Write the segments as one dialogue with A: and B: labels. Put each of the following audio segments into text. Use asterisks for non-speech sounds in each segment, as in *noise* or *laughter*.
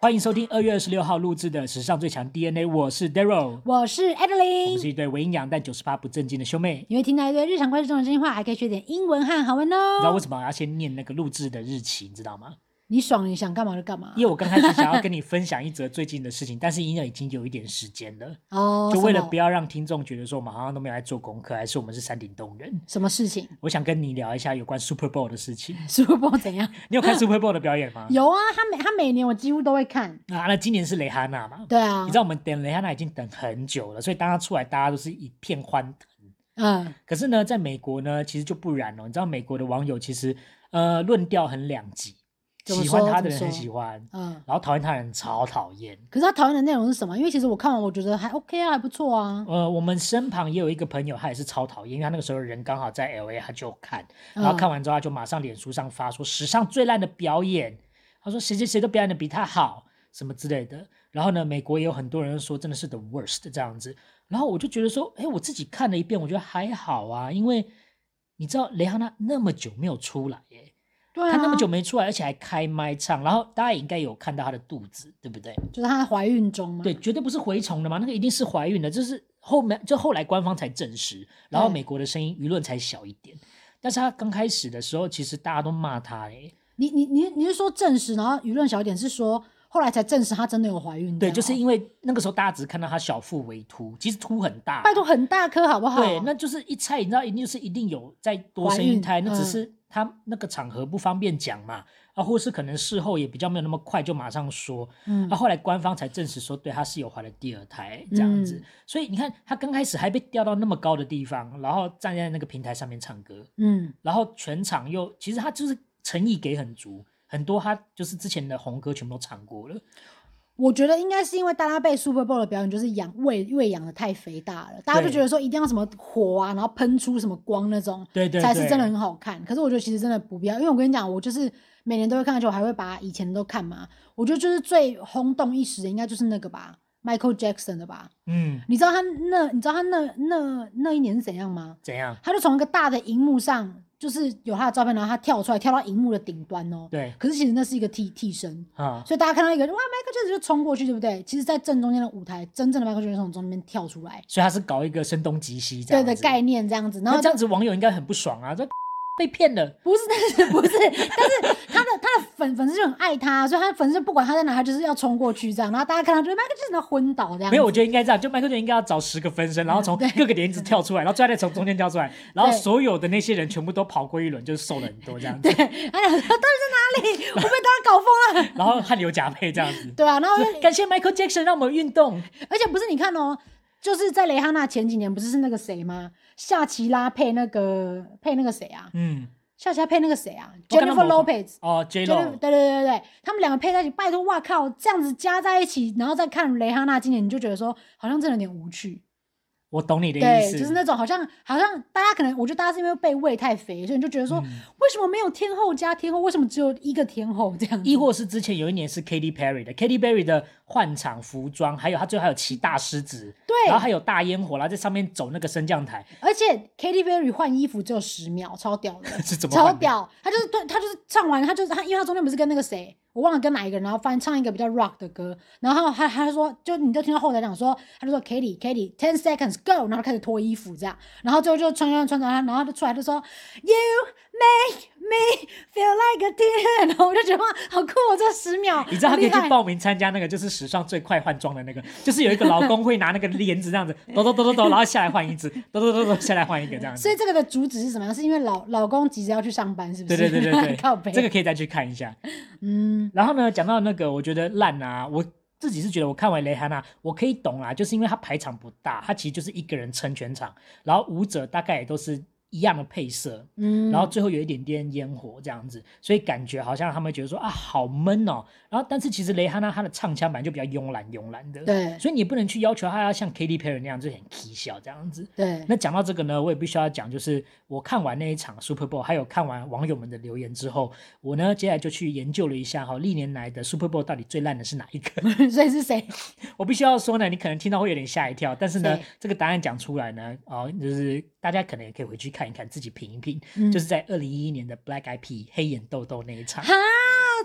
A: 欢迎收听二月二十六号录制的《史上最强 DNA》，我是 Daryl，
B: 我是
A: 我们
B: Adeline。
A: 是一对伪阴阳但九十八不正经的兄妹。
B: 你会听到一堆日常关系中的真心话，还可以学点英文和韩文
A: 你知道
B: 哦。
A: 为什么要先念那个录制的日期，你知道吗？
B: 你爽，你想干嘛就干嘛
A: 因。为我刚开始想要跟你分享一则最近的事情，但是因为已经有一点时间了，
B: 哦，
A: 就为了
B: 什么
A: 不要让听众觉得说我们好像都没有来做功课，还是我们是山顶洞人。
B: 什么事情
A: 我想跟你聊一下有关 Super Bowl 的事情。
B: ，Super Bowl
A: *laughs*
B: 怎样？
A: 你有
B: *laughs*
A: 看 Super Bowl 的表演吗？
B: 有啊，他每他每年我几乎都会看。
A: 啊，那今年是蕾哈娜嘛？
B: 对啊
A: 你知，道我们等蕾哈娜已经等很久了，所以当她出来，大家都是一片欢腾。
B: 嗯，
A: 可是呢，在美国呢，其实就不然哦。你知道美国的网友其实呃论调很两极，
B: 怎么
A: 喜欢
B: 说
A: 她的
B: 怎么
A: 人很
B: 说
A: 喜欢，
B: 嗯，
A: 然后讨厌她的人超讨厌。
B: 可是他讨厌的内容是什么？因为其实我看完，我觉得还 OK 啊，还不错啊。
A: 呃，我们身旁也有一个朋友，他也是超讨厌，因为他那个时候人刚好在 L A，他就看，然后
B: 嗯
A: 看完之后他就马上脸书上发说史上最烂的表演，他说谁谁谁都表演的比他好，什么之类的。然后呢，美国也有很多人说真的是 the worst 这样子。然后我就觉得说，哎，我自己看了一遍，我觉得还好啊，因为你知道蕾哈娜那么久没有出来耶，
B: 对啊，
A: 她那么久没出来，而且还开麦唱，然后大家也应该有看到她的肚子，对不对？
B: 就是她怀孕中嘛。
A: 对，绝对不是蛔虫的嘛，那个一定是怀孕的，就是后面就后来官方才证实，然后
B: 对
A: 美国的声音舆论才小一点。但是他刚开始的时候，其实大家都骂他欸诶，
B: 你你你你是说证实，然后舆论小一点是说后来才证实她真的有怀孕这
A: 对，
B: 样哦？
A: 就是因为那个时候大家只是看到他小腹微凸，其实凸很大，
B: 拜托很大颗好不好？
A: 对，那就是一猜，你知道一定是一定有在多
B: 怀
A: 生一
B: 孕
A: 胎，那只
B: 嗯
A: 是他那个场合不方便讲嘛，啊，或是可能事后也比较没有那么快就马上说，
B: 嗯
A: 啊，后来官方才证实说，对，她是有怀了第二胎这样子，
B: 嗯
A: 所以你看，她刚开始还被调到那么高的地方，然后站在那个平台上面唱歌，
B: 嗯，
A: 然后全场又其实她就是诚意给很足，很多她就是之前的红歌全部都唱过了，
B: 我觉得应该是因为大家被 Super Bowl 的表演就是养喂喂养的太肥大了，大家就
A: 对
B: 觉得说一定要什么火啊，然后喷出什么光那种，
A: 对对
B: 才是
A: 对
B: 真的很好看。可是我觉得其实真的不必要，因为我跟你讲，我就是每年都会看，而且我还会把以前的都看嘛。我觉得就是最轰动一时的应该就是那个吧，Michael Jackson 的吧。
A: 嗯，
B: 你知道他那你知道他那那那一年是怎样吗？
A: 怎样？
B: 他就从一个大的荧幕上，就是有他的照片，然后他跳出来，跳到荧幕的顶端哦。
A: 对
B: 可是其实那是一个替替身，
A: 啊，
B: 所以大家看到一个人哇，迈克尔·杰克就冲过去，对不对？其实，在正中间的舞台，真正的迈克尔·杰克从中间跳出来，
A: 所以她是搞一个声东击西这
B: 对
A: 样
B: 的
A: 子
B: 概念这样子。然
A: 那
B: 后
A: 这
B: 就
A: 样子网友应该很不爽啊，这 *laughs* 被骗了。
B: 不是，但是不是，但是他的他的粉粉丝就很爱他，所以他的粉丝就不管他在哪，他就是要冲过去这样。然后大家看到就迈克尔·杰克昏倒这样子。
A: 没有，我觉得应该这样，就迈克尔杰克应该要找十个分身，然后
B: *laughs*
A: 从各个点一直跳出来，然后最后再从中间跳出来，然后
B: 对
A: 所有的那些人全部都跑过一轮，就是瘦了很多这样子
B: 对，，哎他俩说到底在哪里？我被大家搞疯了。
A: *laughs* 然后汗流浃背这样子。
B: 对啊，然后就
A: 感谢 Michael Jackson 让我们运动，
B: 而且不是你看哦，就是在蕾哈娜前几年不是是那个谁吗？夏奇拉配那个配那个谁啊？
A: 嗯，
B: 夏奇拉配那个谁啊
A: 我看到
B: ？Jennifer
A: 某个
B: Lopez。
A: 哦，J
B: 对对
A: Lo，
B: 对对对，他们两个配在一起，拜托，哇靠，这样子加在一起，然后再看蕾哈娜今年，你就觉得说好像真的有点无趣，
A: 我懂你的意
B: 对，
A: 思，
B: 就是那种好像好像大家可能，我觉得大家是因为被喂太肥，所以你就觉得说、为什么没有天后加天后，为什么只有一个天后这样子？
A: 亦或是之前有一年是 Katy Perry 的，Katy Perry 的换场服装，还有他最后还有骑大狮子，
B: 对
A: 然后还有大烟火，然后在上面走那个升降台，，
B: 而且 Katy Perry 换衣服只有十秒，超屌的
A: *laughs* 是怎么换
B: 超
A: 的
B: 屌？他就是对，他就是唱完，他就是他，因为他中间不是跟那个谁，我忘了跟哪一个人，然后翻唱一个比较 rock 的歌，然后他他说，就你就听到后台讲说，他就说 Katy Katy ten seconds go，然后开始脱衣服这样，然后最后就穿穿穿穿，然后他就出来就说 You make me feel like a teen，然后 *laughs* 我就觉得哇，好酷、哦，这十秒，
A: 你知道他可以
B: 好厉
A: 去
B: 害
A: 报名参加那个，就是史上最快换装的那个，就是有一个老公会拿那个帘子这
B: *laughs*
A: 样子，抖抖抖抖抖，然后下来换一只，抖抖抖抖下来换一个这样
B: 所
A: 子。
B: 以这个的主旨是什么样？是因为老老公急着要去上班，是不
A: 对
B: 是？
A: 对对对
B: *laughs* 靠背
A: 对，这个可以再去看一下。
B: 嗯。
A: 然后呢，讲到那个，我觉得烂啊，我自己是觉得我看完蕾哈娜，我可以懂啦，就是因为她排场不大，她其实就是一个人撑全场，然后舞者大概也都是。一样的配色，
B: 嗯，
A: 然后最后有一点点烟火这样子，所以感觉好像他们会觉得说啊好闷哦。然后但是其实蕾哈娜她的唱腔本来就比较慵懒慵懒的，
B: 对
A: 所以你也不能去要求她要像 Katy Perry 那样就是很 k 笑这样子。
B: 对， *laughs*
A: 那讲到这个呢，我也必须要讲，就是我看完那一场 Super Bowl，还有看完网友们的留言之后，我呢接下来就去研究了一下哈，历年来的 Super Bowl 到底最烂的是哪一个？ *laughs*
B: 所以是谁？
A: 我必须要说呢，你可能听到会有点吓一跳，但是呢
B: 对，
A: 这个答案讲出来呢，哦，就是大家可能也可以回去看一看，自己评一评，
B: 嗯
A: 就是在二零一一年的 Black Eyed Peas 黑眼豆豆那一场。
B: 哈，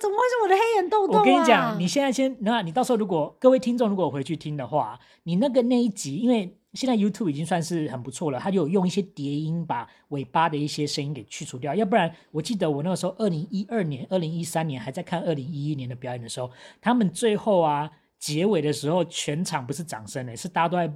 B: 怎么会是我的黑眼豆豆啊？
A: 我跟你讲，你现在先，那你到时候如果各位听众如果回去听的话，你那个那一集，因为现在 YouTube 已经算是很不错了，它就有用一些叠音把尾巴的一些声音给去除掉，要不然我记得我那个时候二零一二年、二零一三年还在看二零一一年的表演的时候，他们最后啊结尾的时候，全场不是掌声嘞、是大家都在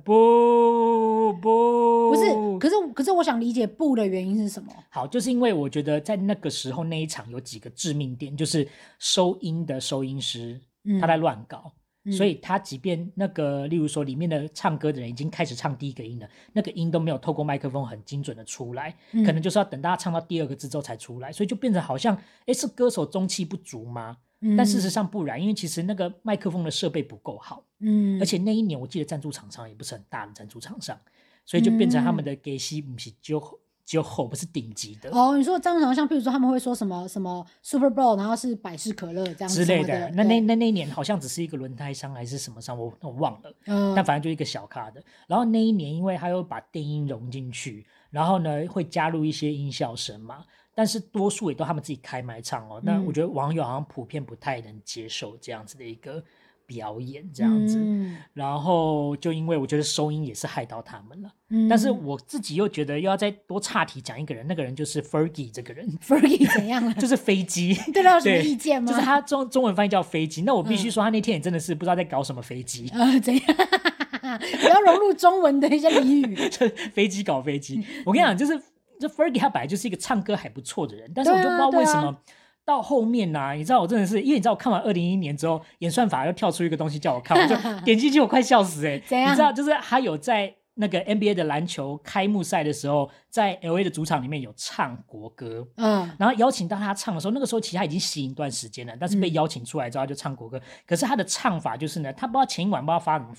A: 不不，
B: 不是，可是可是我想理解不的原因是什么？
A: 好，就是因为我觉得在那个时候那一场有几个致命点，就是收音的收音师
B: 嗯
A: 他在乱搞，
B: 嗯
A: 所以他即便那个例如说里面的唱歌的人已经开始唱第一个音了，那个音都没有透过麦克风很精准的出来，
B: 嗯
A: 可能就是要等大家唱到第二个字之后才出来，所以就变成好像诶是歌手中气不足吗？
B: 嗯
A: 但事实上不然，因为其实那个麦克风的设备不够好，
B: 嗯，嗯
A: 而且那一年我记得赞助厂商也不是很大的赞助厂商，所以就变成他们的给西不是就就吼不是顶级的。
B: 嗯哦，你说张常像，譬如说他们会说什么什么 Super Bowl，然后是百事可乐这样
A: 之
B: 什么
A: 类
B: 的
A: 的，，那那
B: 对
A: 那那一年好像只是一个轮胎伤还是什么伤，我我忘了。
B: 嗯
A: 但反正就一个小咖的。然后那一年，因为他又把电音融进去，然后呢会加入一些音效声嘛，但是多数也都他们自己开麦唱哦。那、我
B: 嗯
A: 觉得网友好像普遍不太能接受这样子的一个表演，这样子。
B: 嗯
A: 然后就因为我觉得收音也是害到他们了，
B: 嗯，
A: 但是我自己又觉得又要再多岔题讲一个人，那个人就是 Fergie 这个人
B: Fergie 怎样了？ *laughs*
A: 就是飞机。
B: 对他有什么嗯
A: 对
B: 意见吗？
A: 就是他中中文翻译叫飞机，那我必须说他那天也真的是不知道在搞什么飞机，
B: *laughs* 呃怎样？ *laughs* 不要融入中文的一些俚语。
A: 这 *laughs* 飞机搞飞机。
B: 嗯
A: 我跟你讲，就是这 Fergie 他本来就是一个唱歌还不错的人，但是我
B: 对啊
A: 就不知道为什
B: 对
A: 么、到后面呐、你知道我真的是，因为你知道我看完二零一一年之后，演算法又跳出一个东西叫我
B: *laughs*
A: 看，我就点进去我快笑死哎、
B: 怎
A: 欸！你知
B: 样
A: 道，就是他有在。那个 NBA 的篮球开幕赛的时候，在 LA 的主场里面有唱国歌，
B: 嗯
A: 然后邀请到他唱的时候，那个时候其实他已经吸引一段时间了，但是被邀请出来之后他就唱国歌。可是他的唱法就是呢，他不知道前一晚不知道发什么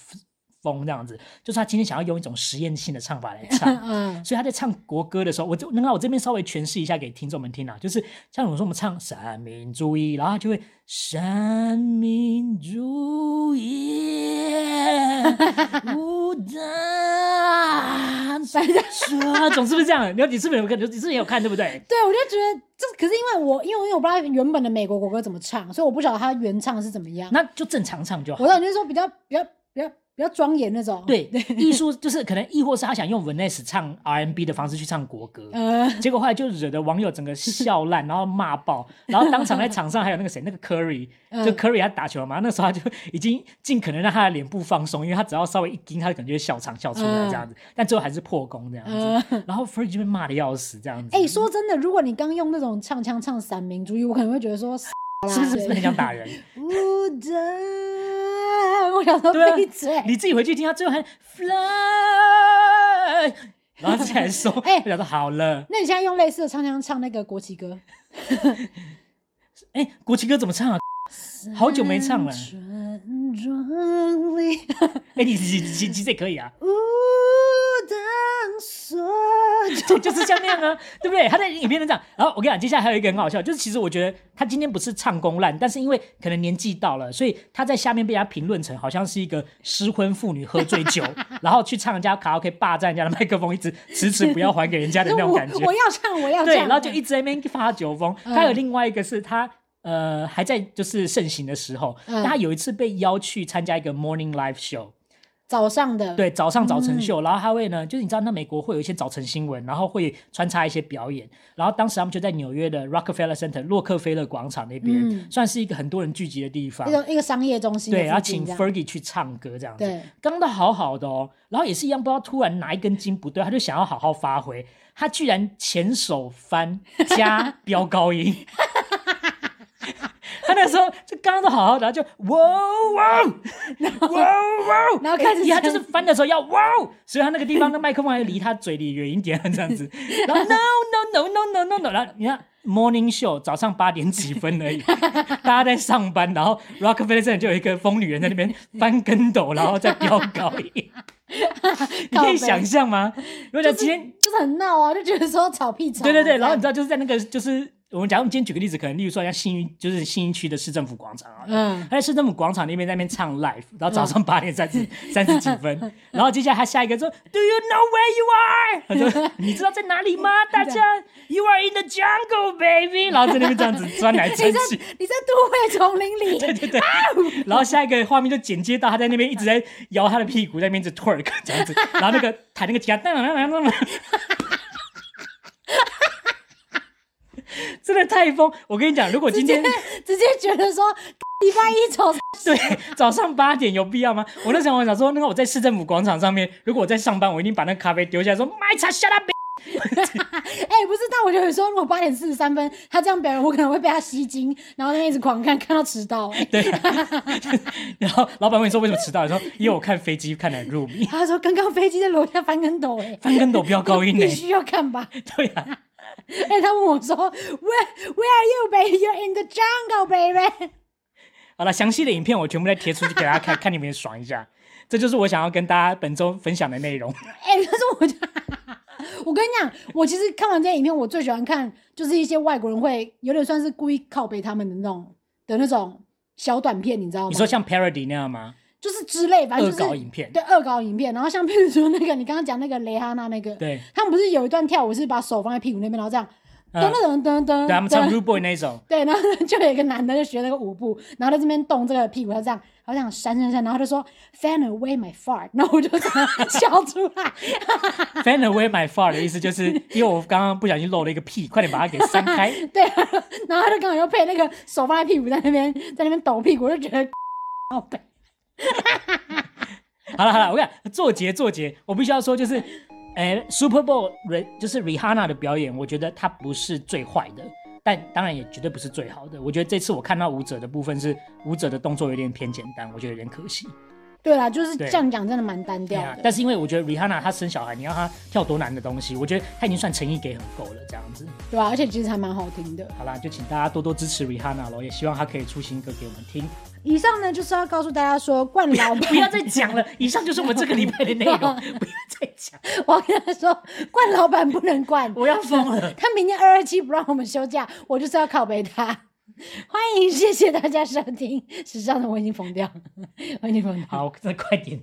A: 疯这样子，就是他今天想要用一种实验性的唱法来唱。
B: *laughs* 嗯
A: 所以他在唱国歌的时候，我就能让我这边稍微诠释一下给听众们听啊，就是像我说我们唱“三民主义”，然后他就会“三民主义无战”，总是不是这样？你有你是不是有看？你是不是也有看对不对？
B: 对，我就觉得这，可是因为我因为因为我不知道原本的美国国歌怎么唱，所以我不晓得他原唱是怎么样。
A: 那就正常唱就好
B: 我。到就是说比较比较比较比较庄严那种。，
A: 对，艺术就是可能，亦或是他想用 Vanessa 唱 R&B 的方式去唱国歌，
B: 呃，
A: 结果后来就惹得网友整个笑烂，然后骂爆，然后当场在场上还有那个谁，那个 Curry，就
B: 嗯
A: Curry 他打球嘛，那时候他就已经尽可能让他的脸部放松，因为他只要稍微一惊，他可能就会笑场笑出
B: 嗯
A: 来这样子，但最后还是破功这样子，然后 Fergie 就被骂的要死这样子，
B: 呃哎、说真的，如果你刚用那种唱腔唱散民主义，我可能会觉得说，
A: 是不是是不是很想打
B: *laughs*
A: 人？
B: 不得，我想说
A: 对啊
B: 闭嘴。
A: 你自己回去听，他最后还 Fly，然后自己还说，
B: *laughs* 哎
A: 我想说好了。
B: 那你现在用类似的唱腔唱那个国旗歌，
A: 哎，国旗歌怎么唱啊？好久没唱了
B: 山川壮丽， *laughs*
A: 哎，你你你其实也可以啊， *laughs*
B: 武当所
A: 就就是像那样啊， *laughs* 对不对？他在影片上这样。然后我跟你讲，接下来还有一个很好笑，就是其实我觉得他今天不是唱功烂，但是因为可能年纪到了，所以他在下面被人家评论成好像是一个失婚妇女喝醉
B: *laughs*
A: 酒，然后去唱人家卡拉 OK 霸占人家的麦克风，一直迟迟不要还给人家的那种
B: 我
A: 感觉。
B: 我 *laughs* 要唱，我要唱，
A: 对，然后就一直在那边发酒疯。
B: 嗯
A: 他有另外一个是他呃还在就是盛行的时候，
B: 嗯
A: 但他有一次被邀去参加一个 morning live show，
B: 早上的，
A: 对，早上早
B: 嗯
A: 晨秀，然后他会呢，就是你知道，那美国会有一些早晨新闻，然后会穿插一些表演，然后当时他们就在纽约的 Rockefeller Center 洛克菲勒广场那边，
B: 嗯
A: 算是一个很多人聚集的地方
B: 一。个一个商业中心的
A: 对，然后
B: 附近
A: 请
B: 这样
A: Fergie 去唱歌这样子，
B: 对
A: 刚到好好的哦，然后也是一样，不知道突然哪一根筋不对，他就想要好好发挥，他居
B: *laughs*
A: 然前手翻加 *laughs* 飙高音，他他那时候就刚刚都好好的，他就哇哦哇哦
B: 然
A: 哇
B: 后
A: 哦哇哦，
B: 然后开始
A: 他就是
B: 唱
A: 翻的时候要哇哦，所以他那个地方的麦克风还离他嘴里远一点这样
B: *laughs*
A: 子，然后 no no no no no no no，然后你看 morning show 早上八点几分而已，大家在上班，然后 Rockefeller Center 就有一个疯女人在那边翻跟斗，然后再飙高
B: *laughs*
A: 音，你可以想象吗？如果在今天
B: 就是很闹啊，就觉得说吵屁吵啊。
A: 对对对，然后你
B: 这
A: 知道
B: 样
A: 就是在那个就是我们假如我们今天举个例子，可能例如说像新运就是新运区的市政府广场啊，
B: 嗯，
A: 他在市政府广场那边在那边唱 live，然后早上八点三十三十几分，然后接下来他下一个说 Do you know where you are？他说你知道在哪里
B: *laughs*
A: 吗？大家 You are in the jungle, baby。然后在那边这样子钻来
B: *laughs* 你
A: 钻
B: 在
A: 去。
B: 你在都会丛林里，啊
A: 对对对，然后下一个画面就剪接到他在那边一直在摇他的屁股，在那边一直 twerk 这样子，然后那个
B: *laughs*
A: 弹那个吉他，当当当当当真的太疯！我跟你讲，如果今天
B: 直接觉得说礼拜一走，
A: 对，早上八点有必要吗？我那时候我想说，那个我在市政府广场上面，如果我在上班，我一定把那个咖啡丢下来说，卖茶 shut up，bitch。
B: 哎，不是，但我觉得说如果八点四十三分他这样表演，我可能会被他吸睛，然后那边一直狂看，看到迟到。 *laughs* 哎，
A: 对、啊 *laughs* 然后老板问你说为什么迟到，你说因为我看飞机看得很入迷， *laughs*
B: 他说刚刚飞机在楼下翻跟斗，哎，
A: 翻跟斗飙高
B: *laughs*
A: 音呢、欸
B: 必须要看吧。
A: 对啊，
B: 哎，他问我说 Where Where are you, baby? You're in the jungle, baby.
A: 好了，详细的影片我全部再贴出去给大家
B: *laughs*
A: 看，看你们也爽一下。这就是我想要跟大家本周分享的内容。
B: 哎、但是我就，我跟你讲，我其实看完这些影片，我最喜欢看就是一些外国人会有点算是故意靠背他们的那种的那种小短片，你知道吗？
A: 你说像 parody 那样吗？
B: 就是之类，反正就是
A: 恶搞影片
B: 对恶搞影片。然后像譬如说那个你刚刚讲那个雷哈娜那个，
A: 对，
B: 他们不是有一段跳舞是把手放在屁股那边，然后这样
A: 嗯
B: 噔噔噔噔
A: 对他
B: 噔
A: 们唱
B: 噔。
A: Rude Boy 那一首，
B: 对，然后呢就有一个男的就学那个舞步，然后在这边动这个屁股，他这样，好想扇扇扇，然后就说 fan away my fart，然后我就这样 *laughs* 笑出来，
A: Fan away my fart 的意思
B: *laughs*
A: 就是，因为我刚刚不小心漏了一个屁，快点把它给扇开。
B: 对，啊 *laughs* 然后他就刚好又配那个手放在屁股在那边在那边抖屁股，我就觉得 *laughs* 好背。
A: 好了好了，我跟你讲，做结做结，我必须要说就是，哎、s u p e r Bowl 瑞就是 Rihanna 的表演，我觉得它不是最坏的，但当然也绝对不是最好的。我觉得这次我看到舞者的部分是舞者的动作有点偏简单，我觉得有点可惜。
B: 对啦，就是
A: 对
B: 这样讲，真的蛮单调
A: 啊
B: 的。，
A: 但是因为我觉得 Rihanna 她生小孩，你让她跳多难的东西，我觉得她已经算诚意给很够了，这样子。
B: 对吧、而且其实还蛮好听的。
A: 好啦，就请大家多多支持 Rihanna 咯，也希望她可以出新歌给我们听。
B: 以上呢就是要告诉大家说，冠老板
A: *laughs* 不要再讲了，以上就是我们这个礼拜的内容，不要再讲，
B: *laughs* 我跟他说，冠老板不能冠，
A: 我要疯了。
B: 他明天二二七不让我们休假，我就是要拷贝他。 *laughs* 欢 *laughs* 迎，谢谢大家收听《时尚的我已经疯掉了，我已经疯掉了。
A: 好，那快点